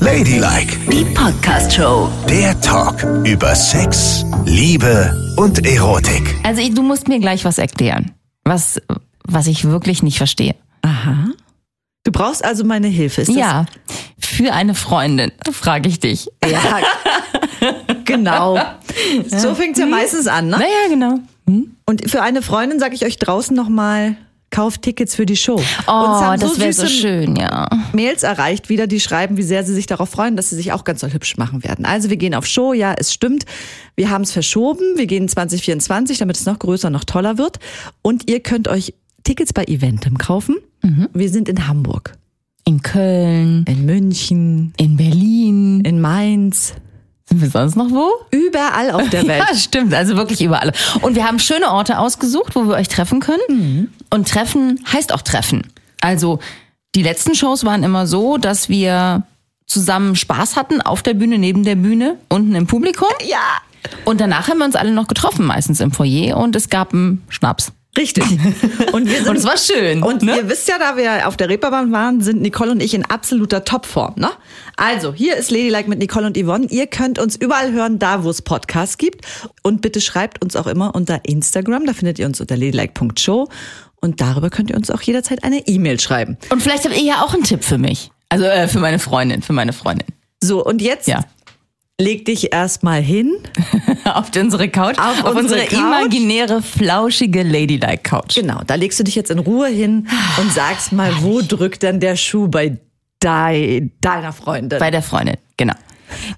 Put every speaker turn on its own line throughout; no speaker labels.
Ladylike,
Die Podcast-Show.
der Talk über Sex, Liebe und Erotik.
Also ich, du musst mir gleich was erklären, was, was ich wirklich nicht verstehe.
Aha. Du brauchst also meine Hilfe. Ist das
ja, für eine Freundin, frage ich dich.
Ja, genau. So fängt's ja meistens an, ne?
Naja, genau.
Und für eine Freundin sage ich euch draußen nochmal, kauft Tickets für die Show. Uns
Oh,
haben
das wäre so
süße
schön, ja.
Mails erreicht wieder, die schreiben, wie sehr sie sich darauf freuen, dass sie sich auch ganz doll hübsch machen werden. Also wir gehen auf Show, ja, es stimmt. Wir haben es verschoben, wir gehen 2024, damit es noch größer, noch toller wird. Und ihr könnt euch Tickets bei Eventim kaufen. Wir sind in Hamburg,
In Köln,
in München,
in Berlin.
in Mainz,
Sind wir sonst noch wo?
überall auf der Welt.
Ja, stimmt. Also wirklich überall. Und wir haben schöne Orte ausgesucht, wo wir euch treffen können.
Mhm.
Und treffen heißt auch treffen. Also die letzten Shows waren immer so, dass wir zusammen Spaß hatten auf der Bühne, neben der Bühne, unten im Publikum. Ja. Und danach haben wir uns alle noch getroffen, meistens im Foyer. Und es gab einen Schnaps.
Richtig. Und wir sind
Und es war schön.
Und
ne?
ihr wisst ja, da wir auf der Reeperbahn waren, sind Nicole und ich in absoluter Topform, ne? Also, hier ist Ladylike mit Nicole und Yvonne. Ihr könnt uns überall hören, da wo es Podcasts gibt. Und bitte schreibt uns auch immer unter Instagram. Da findet ihr uns unter ladylike.show. Und darüber könnt ihr uns auch jederzeit eine E-Mail schreiben.
Und vielleicht habt ihr ja auch einen Tipp für mich. Also äh, für meine Freundin, für meine Freundin.
So, und jetzt
Ja.
leg dich erstmal hin.
Auf unsere Couch,
Auf
auf
unsere
unsere
Couch.
imaginäre, flauschige Ladylike-Couch.
Genau, da legst du dich jetzt in Ruhe hin und sagst mal, wo drückt denn der Schuh bei dei- deiner Freundin?
Bei der Freundin, genau.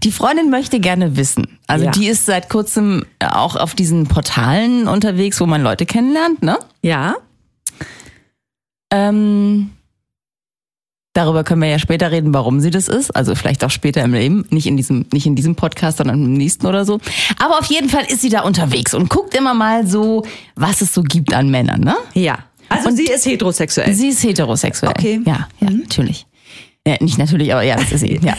Die Freundin möchte gerne wissen. Also
Ja.
die ist seit kurzem auch auf diesen Portalen unterwegs, wo man Leute kennenlernt, ne?
ja?
Ähm, darüber können wir ja später reden, warum sie das ist. Also vielleicht auch später im Leben. Nicht in diesem, nicht in diesem Podcast, sondern im nächsten oder so. Aber auf jeden Fall ist sie da unterwegs und guckt immer mal so, was es so gibt an Männern, ne?
Ja. Also sie ist heterosexuell.
Sie ist heterosexuell.
Okay. Mhm.
Ja, ja, natürlich. Ja, nicht natürlich, aber ja, das ist sie. Ja.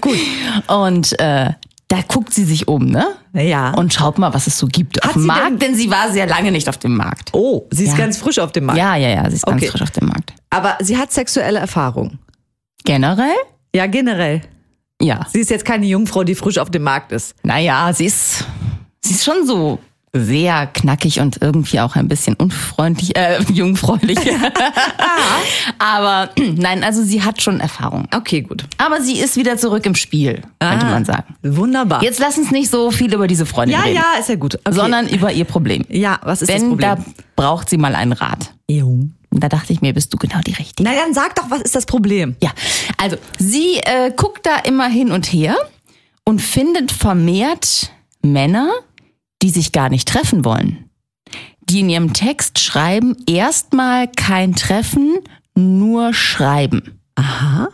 Gut. Und äh, da guckt sie sich um, ne?
Ja.
Und schaut mal, was es so gibt auf dem
sie
Markt, denn sie war sehr lange nicht auf dem Markt.
Oh, sie ist
Ja.
ganz frisch auf dem Markt.
Ja, ja, ja, sie ist ganz
Okay.
frisch auf dem Markt.
Aber sie hat sexuelle Erfahrung.
Generell?
Ja, generell.
Ja.
Sie ist jetzt keine Jungfrau, die frisch auf dem Markt ist.
Naja, sie ist, sie ist schon so sehr knackig und irgendwie auch ein bisschen unfreundlich, äh, jungfräulich. Aber nein, also sie hat schon Erfahrung.
Okay, gut.
Aber sie ist wieder zurück im Spiel, könnte man sagen.
Wunderbar.
Jetzt lass uns nicht so viel über diese Freundin
ja,
reden,
ja, ist ja gut. Okay.
sondern über ihr Problem.
ja, was ist das
Denn da
Problem?
braucht sie mal einen Rat.
Jo.
Und da dachte ich mir, bist du genau die Richtige.
Na dann sag doch, was ist das Problem?
Ja, also sie äh, guckt da immer hin und her und findet vermehrt Männer, die sich gar nicht treffen wollen. Die in ihrem Text schreiben, erstmal kein Treffen, nur schreiben.
Aha.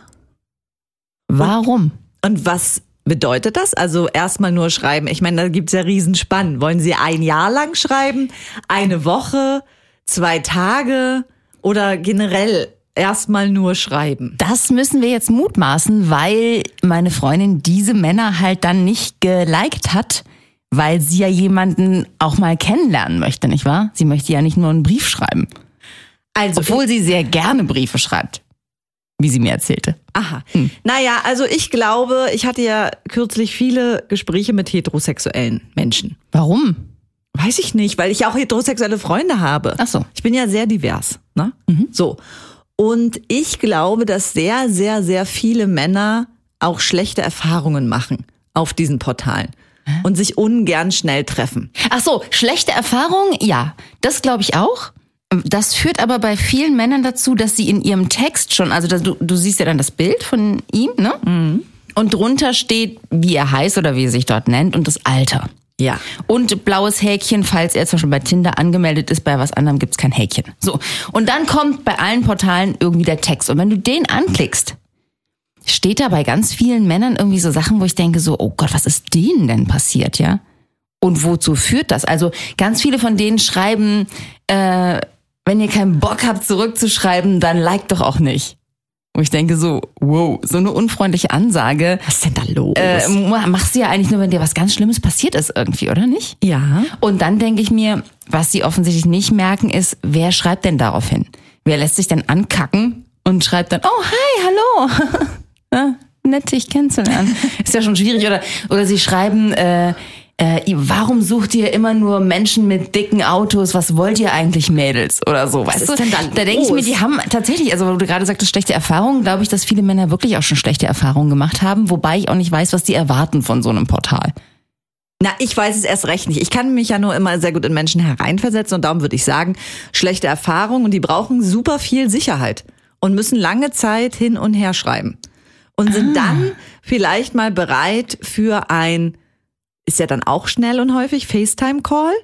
Warum?
Und was bedeutet das? Also erstmal nur schreiben. Ich meine, da gibt's ja Riesenspannen. Wollen Sie ein Jahr lang schreiben? Eine Woche? Zwei Tage? Oder generell erstmal nur schreiben?
Das müssen wir jetzt mutmaßen, weil meine Freundin diese Männer halt dann nicht geliked hat, weil sie ja jemanden auch mal kennenlernen möchte, nicht wahr? Sie möchte ja nicht nur einen Brief schreiben,
Also
obwohl sie sehr gerne Briefe schreibt, wie sie mir erzählte.
Aha. Naja, also ich glaube, ich hatte ja kürzlich viele Gespräche mit heterosexuellen Menschen.
Warum?
Weiß ich nicht, weil ich ja auch heterosexuelle Freunde habe.
Ach so.
Ich bin ja sehr divers. Ne? So. Und ich glaube, dass sehr, sehr, sehr viele Männer auch schlechte Erfahrungen machen auf diesen Portalen und sich ungern schnell treffen.
Ach so, schlechte Erfahrungen, ja, das glaube ich auch. Das führt aber bei vielen Männern dazu, dass sie in ihrem Text schon, also das, du, du siehst ja dann das Bild von ihm, ne? Und drunter steht, wie er heißt oder wie er sich dort nennt und das Alter.
Ja.
Und blaues Häkchen, falls er zum Beispiel bei Tinder angemeldet ist, bei was anderem gibt's kein Häkchen. So. Und dann kommt bei allen Portalen irgendwie der Text. Und wenn du den anklickst, steht da bei ganz vielen Männern irgendwie so Sachen, wo ich denke so, oh Gott, was ist denen denn passiert, ja? Und wozu führt das? Also ganz viele von denen schreiben, äh, wenn ihr keinen Bock habt, zurückzuschreiben, dann liked doch auch nicht. Und ich denke so, wow, so eine unfreundliche Ansage
Was ist denn da los?
äh, machst du ja eigentlich nur, wenn dir was ganz Schlimmes passiert ist irgendwie, oder nicht?
ja.
Und dann denke ich mir, was sie offensichtlich nicht merken, ist, wer schreibt denn darauf hin? Wer lässt sich denn ankacken und schreibt dann, oh, hi, hallo. Ja, nett, dich kennenzulernen. Ist ja schon schwierig. Oder, oder sie schreiben, äh, äh, ihr- warum sucht ihr immer nur Menschen mit dicken Autos? Was wollt ihr eigentlich, Mädels? Oder so. Weißt
ist
du?
denn da
denke ich mir,
los?
die haben tatsächlich, also weil du gerade sagtest, schlechte Erfahrungen, glaube ich, dass viele Männer wirklich auch schon schlechte Erfahrungen gemacht haben, wobei ich auch nicht weiß, was die erwarten von so einem Portal.
Na, ich weiß es erst recht nicht. Ich kann mich ja nur immer sehr gut in Menschen hereinversetzen und darum würde ich sagen, schlechte Erfahrungen und die brauchen super viel Sicherheit und müssen lange Zeit hin und her schreiben und sind dann vielleicht mal bereit für ein, ist ja dann auch schnell und häufig FaceTime-Call,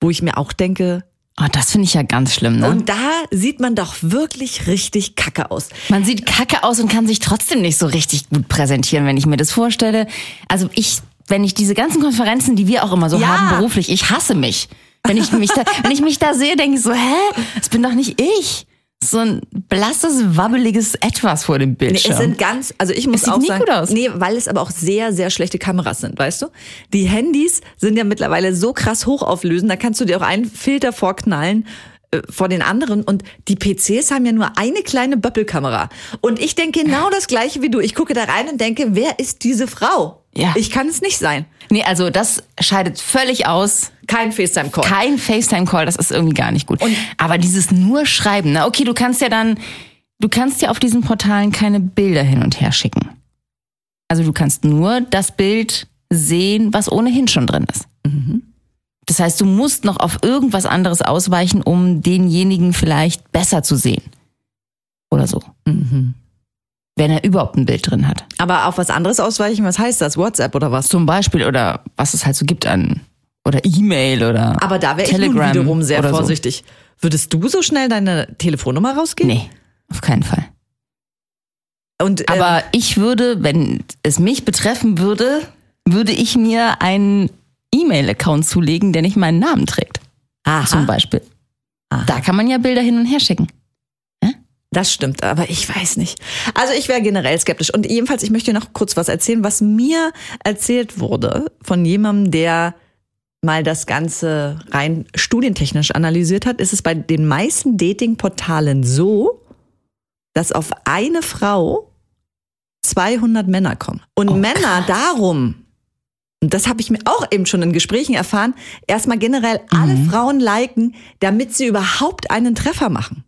wo ich mir auch denke,
Oh, das finde ich ja ganz schlimm, ne?
und da sieht man doch wirklich richtig kacke aus.
Man sieht kacke aus und kann sich trotzdem nicht so richtig gut präsentieren, wenn ich mir das vorstelle. Also ich, wenn ich diese ganzen Konferenzen, die wir auch immer so
Ja.
haben beruflich, ich hasse mich. Wenn ich mich da, wenn ich mich da sehe, denke ich so, hä? Das bin doch nicht ich. So ein blasses, wabbeliges Etwas vor dem
Nee,
Bildschirm.
es sind ganz, also ich muss
sieht
auch
nie
sagen,
gut aus.
nee, weil es aber auch sehr, sehr schlechte Kameras sind, weißt du? Die Handys sind ja mittlerweile so krass hochauflösend, da kannst du dir auch einen Filter vorknallen äh, vor den anderen und die PCs haben ja nur eine kleine Böppelkamera. Und ich
Äh.
denke genau das gleiche wie du. Ich gucke da rein und denke, wer ist diese Frau?
Ja.
Ich kann es nicht sein.
nee, also das scheidet völlig aus.
Kein FaceTime-Call.
Kein FaceTime-Call, das ist irgendwie gar nicht gut. Aber dieses nur Schreiben, na okay, du kannst ja dann, du kannst ja auf diesen Portalen keine Bilder hin und her schicken. Also du kannst nur das Bild sehen, was ohnehin schon drin ist. Das heißt, du musst noch auf irgendwas anderes ausweichen, um denjenigen vielleicht besser zu sehen. Oder so. Wenn er überhaupt ein Bild drin hat.
Aber auf was anderes ausweichen, was heißt das? WhatsApp oder was?
Zum Beispiel, oder was es halt so gibt an, oder E-Mail oder
Aber da wäre ich nun
Telegram
wiederum sehr
oder so.
vorsichtig. Würdest du so schnell deine Telefonnummer rausgeben?
Nee, auf keinen Fall.
Und, ähm,
Aber ich würde, wenn es mich betreffen würde, würde ich mir einen E-Mail-Account zulegen, der nicht meinen Namen trägt.
ähm, aha. Ah.
Zum Beispiel.
Aha.
Da kann man ja Bilder hin und her schicken.
Das stimmt, aber ich weiß nicht. Also ich wäre generell skeptisch. Und jedenfalls, ich möchte noch kurz was erzählen, was mir erzählt wurde von jemandem, der mal das Ganze rein studientechnisch analysiert hat, ist es bei den meisten Datingportalen so, dass auf eine Frau 200 Männer kommen. Und Männer darum, und das habe ich mir auch eben schon in Gesprächen erfahren, erstmal generell alle Frauen liken, damit sie überhaupt einen Treffer machen.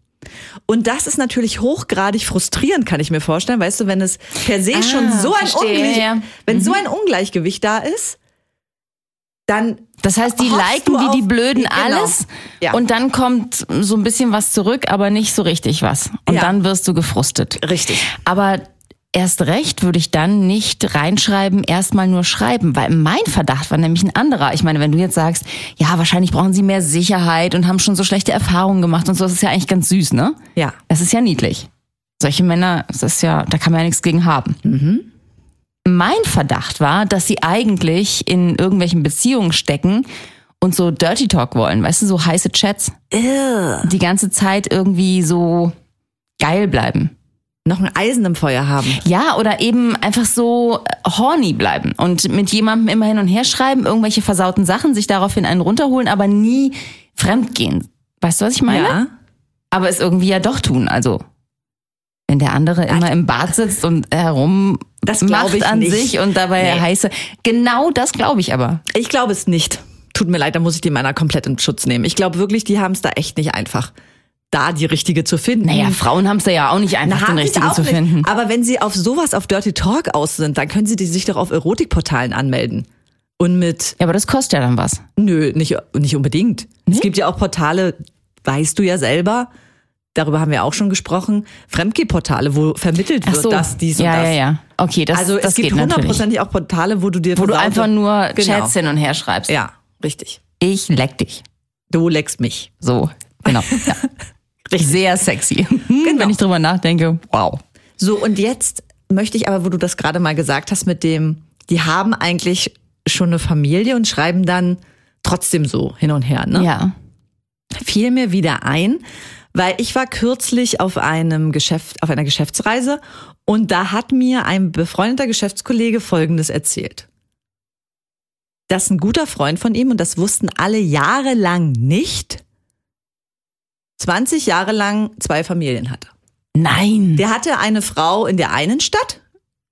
Und das ist natürlich hochgradig frustrierend, kann ich mir vorstellen. Weißt du, wenn es per se
Ah,
schon so ein,
verstehe,
Ungleich
ja, Mhm. ja.
Wenn so ein Ungleichgewicht da ist, dann
Das heißt, die
Hoffst
liken
du
wie die
auf-
Blöden
Genau.
alles
Ja.
und dann kommt so ein bisschen was zurück, aber nicht so richtig was. Und
Ja.
dann wirst du gefrustet.
Richtig.
Aber erst recht würde ich dann nicht reinschreiben, erstmal nur schreiben, weil mein Verdacht war nämlich ein anderer. Ich meine, wenn du jetzt sagst, ja, wahrscheinlich brauchen sie mehr Sicherheit und haben schon so schlechte Erfahrungen gemacht und so, das ist ja eigentlich ganz süß, ne?
Ja.
Das ist ja niedlich. Solche Männer, das ist ja, da kann man ja nichts gegen haben. Mein Verdacht war, dass sie eigentlich in irgendwelchen Beziehungen stecken und so Dirty Talk wollen, weißt du, so heiße Chats, die ganze Zeit irgendwie so geil bleiben.
noch ein Eisen im Feuer haben.
Ja, oder eben einfach so äh, horny bleiben und mit jemandem immer hin und her schreiben, irgendwelche versauten Sachen, sich daraufhin einen runterholen, aber nie fremdgehen. Weißt du, was ich meine? Aber es irgendwie ja doch tun, also. Wenn der andere immer im Bad sitzt und herum
Das glaub
macht
ich
an
nicht.
sich und dabei
Nee.
heiße. Genau das glaube ich aber.
Ich glaube es nicht. Tut mir leid, da muss ich die Männer komplett in Schutz nehmen. Ich glaube wirklich, die haben es da echt nicht einfach, da die richtige zu finden.
Naja, Frauen haben es ja auch nicht
Hm. Na,
einfach,
haben
den
sie's
richtigen
auch
zu
nicht.
finden.
Aber wenn sie auf sowas, auf Dirty Talk aus sind, dann können sie die sich doch auf Erotikportalen anmelden. Und mit,
Ja, aber das kostet ja dann was.
nö, nicht, nicht unbedingt. Es gibt ja auch Portale, weißt du ja selber, darüber haben wir auch schon gesprochen, Fremdgehportale, wo vermittelt
Ach
wird,
so.
das, dies
ja,
und das.
ja, ja. Okay, das,
Also
das
es gibt
geht natürlich.
hundertprozentig auch Portale, wo du dir
Wo du
versaute-
einfach nur
Genau.
Chats hin und her schreibst.
Ja, richtig.
Ich leck dich.
Du leckst mich.
So, genau. Ja. Sehr sexy. Genau. Wenn ich drüber nachdenke, wow.
So, und jetzt möchte ich aber, wo du das gerade mal gesagt hast, mit dem, die haben eigentlich schon eine Familie und schreiben dann trotzdem so hin und her, ne?
Ja.
Fiel mir wieder ein, weil ich war kürzlich auf einem Geschäft, auf einer Geschäftsreise und da hat mir ein befreundeter Geschäftskollege Folgendes erzählt. Dass ein guter Freund von ihm, und das wussten alle jahrelang nicht, 20 Jahre lang zwei Familien hatte.
Nein.
Der hatte eine Frau in der einen Stadt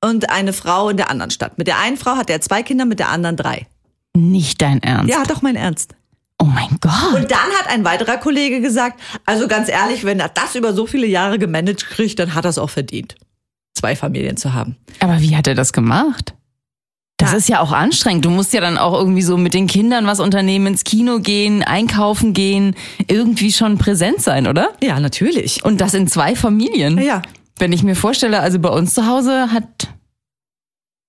und eine Frau in der anderen Stadt. Mit der einen Frau hat er zwei Kinder, mit der anderen drei.
Nicht dein Ernst.
Ja, doch mein Ernst.
Oh mein Gott.
Und dann hat ein weiterer Kollege gesagt, also ganz ehrlich, wenn er das über so viele Jahre gemanagt kriegt, dann hat er es auch verdient, zwei Familien zu haben.
Aber wie hat er das gemacht? Das
Ja.
ist ja auch anstrengend. Du musst ja dann auch irgendwie so mit den Kindern was unternehmen, ins Kino gehen, einkaufen gehen, irgendwie schon präsent sein, oder?
Ja, natürlich.
Und das in zwei Familien.
Ja.
Wenn ich mir vorstelle, also bei uns zu Hause hat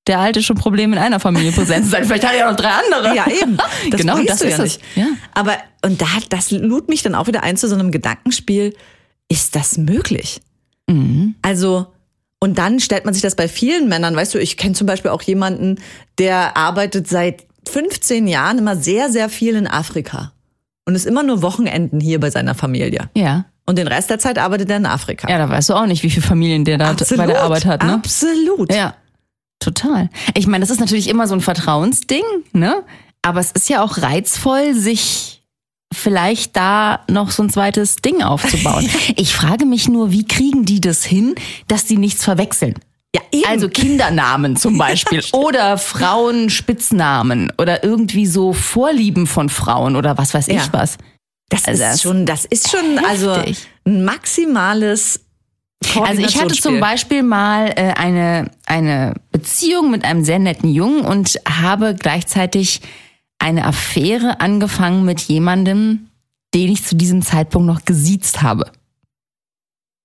der Alte schon Probleme in einer Familie präsent zu sein. Vielleicht hat er ja noch drei andere.
Ja, eben. Das
genau,
weißt
das
du
ist es.
ja nicht.
Ja.
Aber, und da, das lud mich dann auch wieder ein zu so einem Gedankenspiel. Ist das möglich?
Mhm.
Also, und dann stellt man sich das bei vielen Männern, weißt du, ich kenne zum Beispiel auch jemanden, der arbeitet seit 15 Jahren immer sehr, sehr viel in Afrika. Und ist immer nur Wochenenden hier bei seiner Familie.
Ja.
Und den Rest der Zeit arbeitet er in Afrika.
Ja, da weißt du auch nicht, wie viele Familien der da bei der Arbeit hat, ne?
Absolut.
Ja, total. Ich meine, das ist natürlich immer so ein Vertrauensding, ne? Aber es ist ja auch reizvoll, sich vielleicht da noch so ein zweites Ding aufzubauen. Ich frage mich nur, wie kriegen die das hin, dass die nichts verwechseln?
Ja, eben.
Also Kindernamen zum Beispiel oder Frauenspitznamen oder irgendwie so Vorlieben von Frauen oder was weiß
Ja.
ich was.
das
also das-
ist schon, das ist schon, also
Heftig.
ein maximales
Also ich hatte zum
Koordinationsspiel.
Beispiel mal äh, eine, eine Beziehung mit einem sehr netten Jungen und habe gleichzeitig eine Affäre angefangen mit jemandem, den ich zu diesem Zeitpunkt noch gesiezt habe.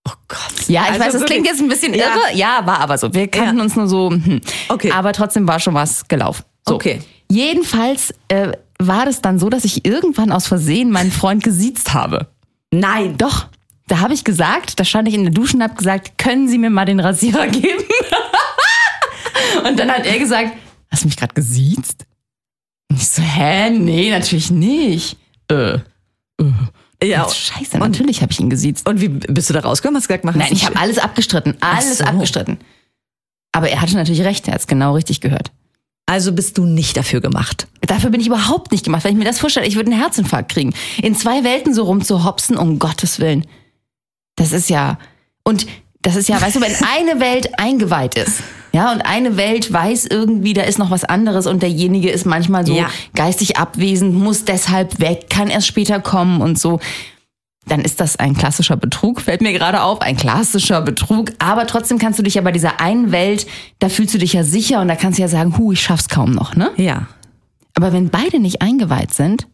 Oh Gott.
Ja, ich weiß,
Also
das
wirklich-
klingt jetzt ein bisschen
Ja.
irre. Ja, war aber so. Wir kannten
Ja.
uns nur so. Hm.
Okay.
Aber trotzdem war schon was gelaufen. So.
Okay.
Jedenfalls äh, war das dann so, dass ich irgendwann aus Versehen meinen Freund gesiezt habe.
Nein.
Doch, da habe ich gesagt, da stand ich in der Dusche und habe gesagt, können Sie mir mal den Rasierer geben? und dann hat er gesagt, hast du mich gerade gesiezt? Und ich so, hä? Nee, natürlich nicht. Äh,
Ja.
scheiße, natürlich habe ich ihn gesiezt.
Und wie bist du da rausgekommen? Hast du gesagt, mach das
Nein, ich
nicht.
habe alles abgestritten, alles
so.
abgestritten. Aber er hatte natürlich recht, er hat es genau richtig gehört.
Also bist du nicht dafür gemacht.
Dafür bin ich überhaupt nicht gemacht. Wenn ich mir das vorstelle, ich würde einen Herzinfarkt kriegen. In zwei Welten so rumzuhopsen, um Gottes Willen. Das ist ja. Und das ist ja, weißt du, wenn eine Welt eingeweiht ist, ja, und eine Welt weiß irgendwie, da ist noch was anderes und derjenige ist manchmal so
Ja.
geistig abwesend, muss deshalb weg, kann erst später kommen und so. Dann ist das ein klassischer Betrug, fällt mir gerade auf, ein klassischer Betrug. Aber trotzdem kannst du dich ja bei dieser einen Welt, da fühlst du dich ja sicher und da kannst du ja sagen, hu, ich schaff's kaum noch, ne?
Ja.
Aber wenn beide nicht eingeweiht sind,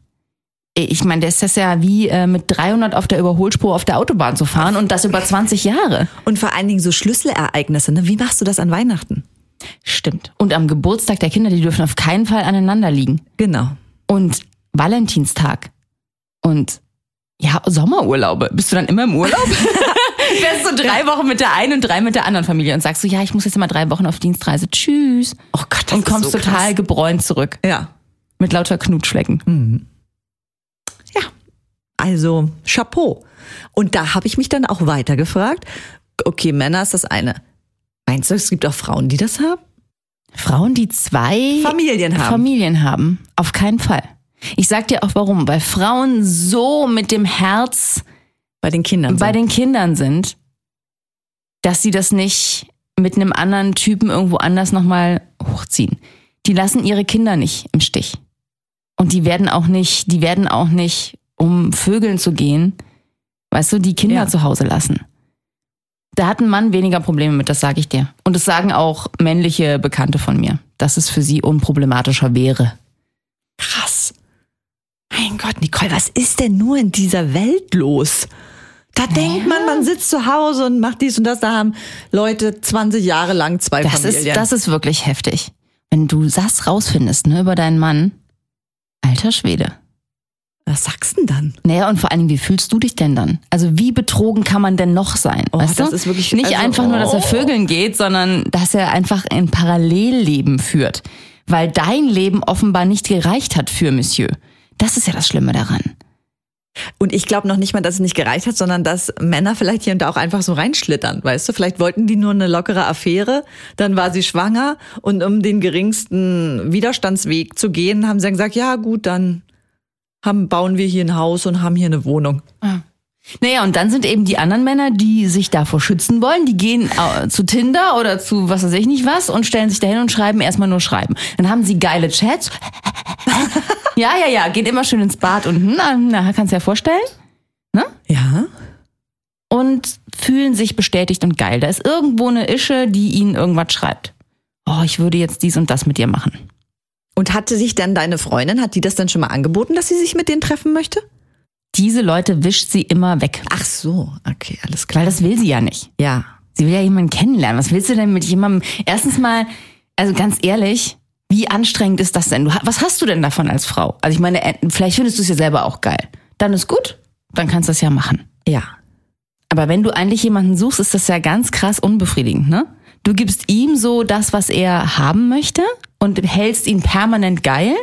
ich meine, das ist ja wie äh, mit 300 auf der Überholspur auf der Autobahn zu fahren und das über 20 Jahre.
Und vor allen Dingen so Schlüsselereignisse. Ne? Wie machst du das an Weihnachten?
Stimmt. Und am Geburtstag der Kinder, die dürfen auf keinen Fall aneinander liegen.
Genau.
Und Valentinstag. Und ja, Sommerurlaube. Bist du dann immer im Urlaub? Wärst du drei Wochen mit der einen und drei mit der anderen Familie und sagst so, ja, ich muss jetzt mal drei Wochen auf Dienstreise. Tschüss.
Oh Gott, das
und kommst
so
total
Krass.
gebräunt zurück.
Ja. Mhm.
Mit lauter Knutschlecken.
Ja. Also Chapeau. Und da habe ich mich dann auch weiter gefragt. Okay, Männer ist das eine. Meinst du, es gibt auch Frauen, die das haben?
Frauen, die zwei
Familien haben.
Familien haben, auf keinen Fall. Ich sag dir auch warum, weil Frauen so mit dem Herz
Bei den Kindern.
bei
so.
den Kindern sind, dass sie das nicht mit einem anderen Typen irgendwo anders nochmal hochziehen. Die lassen ihre Kinder nicht im Stich. Und die werden auch nicht, die werden auch nicht, um Vögeln zu gehen, weißt du, die Kinder
Ja.
zu Hause lassen. Da hat ein Mann weniger Probleme mit, das sage ich dir. Und das sagen auch männliche Bekannte von mir, dass es für sie unproblematischer wäre.
Krass. Mein Gott, Nicole, was ist denn nur in dieser Welt los? Da denkt man, man sitzt zu Hause und macht dies und das. Da haben Leute 20 Jahre lang zwei
Das
Familien.
ist, das ist wirklich heftig. Wenn du das rausfindest, ne, über deinen Mann, alter Schwede.
Was sagst du denn dann?
Naja, und vor allen Dingen, wie fühlst du dich denn dann? Also wie betrogen kann man denn noch sein?
Oh,
weißt
das
du?
ist wirklich-
nicht
also,
einfach nur, dass er
oh.
Vögeln geht, sondern dass er einfach ein Parallelleben führt, weil dein Leben offenbar nicht gereicht hat für Monsieur. Das ist ja das Schlimme daran.
Und ich glaube noch nicht mal, dass es nicht gereicht hat, sondern dass Männer vielleicht hier und da auch einfach so reinschlittern, weißt du? Vielleicht wollten die nur eine lockere Affäre, dann war sie schwanger und um den geringsten Widerstandsweg zu gehen, haben sie dann gesagt, ja gut, dann haben, bauen wir hier ein Haus und haben hier eine Wohnung.
Naja, und dann sind eben die anderen Männer, die sich davor schützen wollen, die gehen äh, zu Tinder oder zu was weiß ich nicht was und stellen sich dahin und schreiben erstmal nur schreiben. Dann haben sie geile Chats. ja, ja, ja, geht immer schön ins Bad und na, na kannst du ja vorstellen.
Ja.
Und fühlen sich bestätigt und geil. Da ist irgendwo eine Ische, die ihnen irgendwas schreibt. Oh, ich würde jetzt dies und das mit dir machen.
Und hatte sich dann deine Freundin, hat die das dann schon mal angeboten, dass sie sich mit denen treffen möchte?
Diese Leute wischt sie immer weg,
Ach so, okay, alles
weil das will sie ja nicht.
Ja.
Sie will ja jemanden kennenlernen. Was willst du denn mit jemandem? Erstens mal, also ganz ehrlich, wie anstrengend ist das denn? Du, ha- was hast du denn davon als Frau? Also ich meine, äh, vielleicht findest du es ja selber auch geil. Dann ist gut, dann kannst du das ja machen.
Ja.
Aber wenn du eigentlich jemanden suchst, ist das ja ganz krass unbefriedigend, ne? Du gibst ihm so das, was er haben möchte und hältst ihn permanent geil.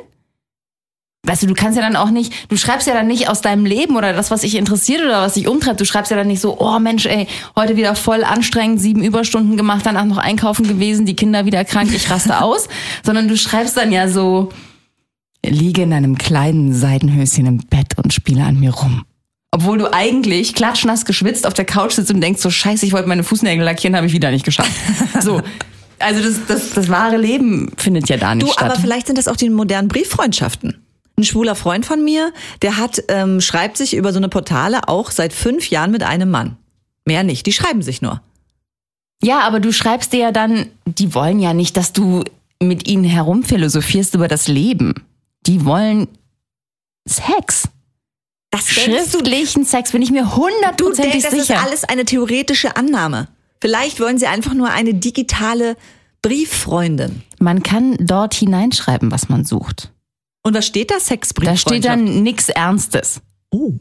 Weißt du, du kannst ja dann auch nicht, du schreibst ja dann nicht aus deinem Leben oder das, was dich interessiert oder was dich umtreibt. Du schreibst ja dann nicht so, oh Mensch, ey, heute wieder voll anstrengend, sieben Überstunden gemacht, danach noch einkaufen gewesen, die Kinder wieder krank, ich raste aus. Sondern du schreibst dann ja so, liege in einem kleinen Seidenhöschen im Bett und spiele an mir rum. Obwohl du eigentlich klatschnass geschwitzt auf der Couch sitzt und denkst, so scheiße, ich wollte meine Fußnägel lackieren, habe ich wieder nicht geschafft. So. Also das, das, das wahre Leben findet ja da nicht
Du,
statt.
aber vielleicht sind das auch die modernen Brieffreundschaften. Ein schwuler Freund von mir, der hat, ähm, schreibt sich über so eine Portale auch seit fünf Jahren mit einem Mann. Mehr nicht, die schreiben sich nur.
Ja, aber du schreibst dir ja dann, die wollen ja nicht, dass du mit ihnen herumphilosophierst über das Leben. Die wollen Sex.
Das
Schriftlichen Sex bin ich mir
Du
hundertprozentig
denkst, das ist
sicher.
alles eine theoretische Annahme. Vielleicht wollen sie einfach nur eine digitale Brieffreundin.
Man kann dort hineinschreiben, was man sucht.
Und was steht da?
Da
Sexbrieffreundschaft?
steht dann nichts Ernstes.
Oh.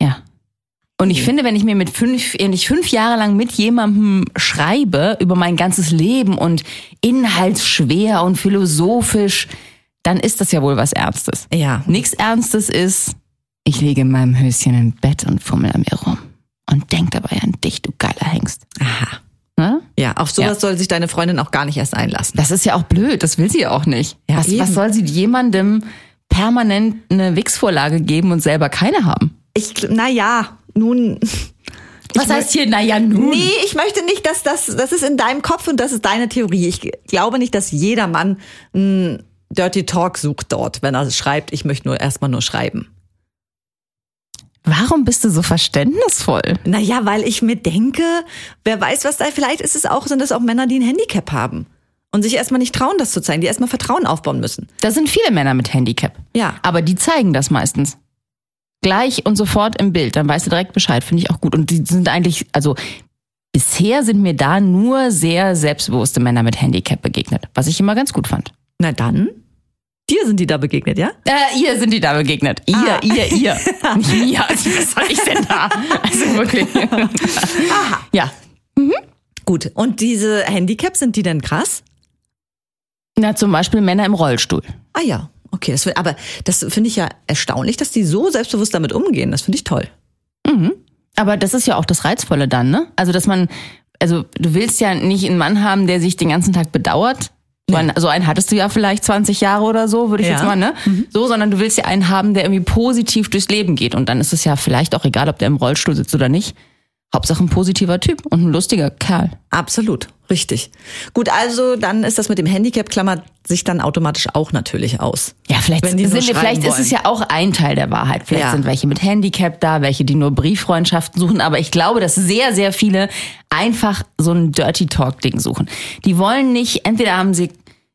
Ja. Und ich finde, wenn ich mir mit fünf, wenn ich fünf Jahre lang mit jemandem schreibe über mein ganzes Leben und inhaltsschwer und philosophisch, dann ist das ja wohl was Ernstes.
Ja.
Nichts Ernstes ist, ich liege in meinem Höschen im Bett und fummel an mir rum und denk dabei an dich, du geiler Hengst.
Aha.
Ne?
Ja, auf sowas soll sich deine Freundin auch gar nicht erst einlassen.
Das ist ja auch blöd, das will sie ja auch nicht.
Ja,
was,
eben.
was soll sie jemandem permanent eine Wix-Vorlage geben und selber keine haben?
Ich, gl- na ja, nun,
Was heißt hier, naja, nun?
Nee, ich möchte nicht, dass das, das ist in deinem Kopf und das ist deine Theorie. Ich glaube nicht, dass jeder Mann einen Dirty Talk sucht dort, wenn er schreibt, ich möchte nur erstmal nur schreiben.
Warum bist du so verständnisvoll?
Naja, weil ich mir denke, wer weiß, was da, vielleicht ist es auch, sind es auch Männer, die ein Handicap haben und sich erstmal nicht trauen, das zu zeigen, die erstmal Vertrauen aufbauen müssen.
Da sind viele Männer mit Handicap.
Ja.
Aber die zeigen das meistens. Gleich und sofort im Bild. Dann weißt du direkt Bescheid. Finde ich auch gut. Und die sind eigentlich, also bisher sind mir da nur sehr selbstbewusste Männer mit Handicap begegnet. Was ich immer ganz gut fand.
Na dann, dir sind die da begegnet, ja?
Äh, ihr sind die da begegnet. Ihr,
Ah.
ihr, ihr. Nicht mir. Also, was soll ich denn da? Also wirklich. Aha. Ja.
Gut. Und diese Handicaps, sind die denn krass?
Na, zum Beispiel Männer im Rollstuhl.
Ah ja, okay. Das, will- aber das finde ich ja erstaunlich, dass die so selbstbewusst damit umgehen. Das finde ich toll.
Aber das ist ja auch das Reizvolle dann, ne? Also, dass man, also du willst ja nicht einen Mann haben, der sich den ganzen Tag bedauert. So einen, so einen hattest du ja vielleicht 20 Jahre oder so, würde ich
Ja.
jetzt mal, ne? So, sondern du willst ja einen haben, der irgendwie positiv durchs Leben geht. Und dann ist es ja vielleicht auch egal, ob der im Rollstuhl sitzt oder nicht. Hauptsache ein positiver Typ und ein lustiger Kerl.
Absolut, richtig. Gut, also dann ist das mit dem Handicap klammert sich dann automatisch auch natürlich aus.
Ja, vielleicht,
Wenn die
sind
nur
wir, vielleicht
schreiben
ist es ja auch ein Teil der Wahrheit. Vielleicht
Ja.
sind welche mit Handicap da, welche, die nur Brieffreundschaften suchen. Aber ich glaube, dass sehr, sehr viele einfach so ein Dirty Talk-Ding suchen. Die wollen nicht, entweder haben sie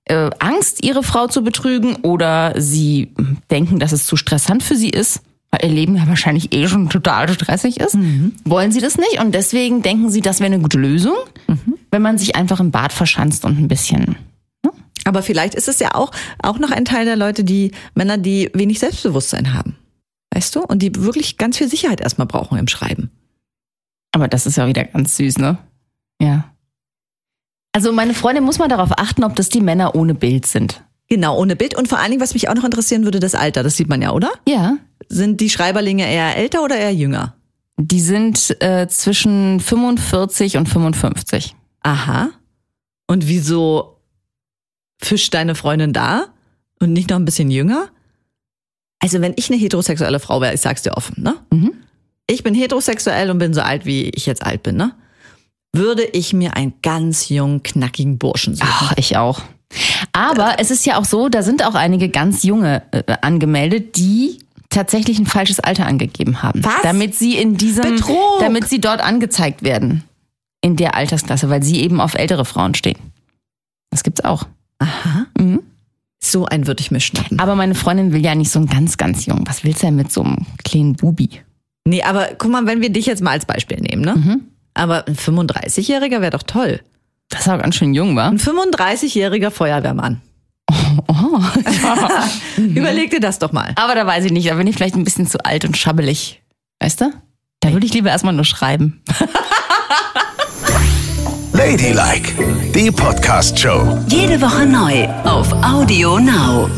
äh, Angst, ihre Frau zu betrügen, oder sie denken, dass es zu stressant für sie ist, weil ihr Leben ja wahrscheinlich eh schon total stressig ist.
Mhm.
Wollen sie das nicht? Und deswegen denken sie, das wäre eine gute Lösung,
Mhm.
wenn man sich einfach im Bad verschanzt und ein bisschen
Aber vielleicht ist es ja auch, auch noch ein Teil der Leute, die Männer, die wenig Selbstbewusstsein haben. Weißt du? Und die wirklich ganz viel Sicherheit erstmal brauchen im Schreiben.
Aber das ist ja wieder ganz süß, ne? Ja. Also meine Freundin muss mal darauf achten, ob das die Männer ohne Bild sind.
Genau, ohne Bild. Und vor allen Dingen, was mich auch noch interessieren würde, das Alter. Das sieht man ja, oder?
Ja.
Sind die Schreiberlinge eher älter oder eher jünger?
Die sind äh, zwischen 45 und 55.
Aha. Und wieso fischt deine Freundin da und nicht noch
Mhm.
ein bisschen jünger? Also, wenn ich eine heterosexuelle Frau wäre, ich sag's dir offen, ne? ich bin heterosexuell und bin so alt, wie ich jetzt alt bin, ne? Würde ich mir einen ganz jungen, knackigen Burschen suchen.
Ach, ich auch. Aber es ist ja auch so, da sind auch einige ganz junge äh, angemeldet, die tatsächlich ein falsches Alter angegeben haben.
Was?
Damit sie in diesem
Betrug!
damit sie dort angezeigt werden in der Altersklasse, weil sie eben auf ältere Frauen stehen. Das gibt's auch.
So einen würde ich mir schnappen.
Aber meine Freundin will ja nicht so einen ganz ganz jungen. Was willst du denn mit so einem kleinen Bubi?
Nee, aber guck mal, wenn wir dich jetzt mal als Beispiel nehmen, ne? Aber ein 35-Jähriger wäre doch toll.
Das war ganz schön jung, war?
Ein 35-jähriger Feuerwehrmann. Überleg dir das doch mal.
Aber da weiß ich nicht, da bin ich vielleicht ein bisschen zu alt und schabbelig. Weißt du? Da würde ich lieber erstmal nur schreiben.
Ladylike, die Podcast-Show.
Jede Woche neu auf Audio Now.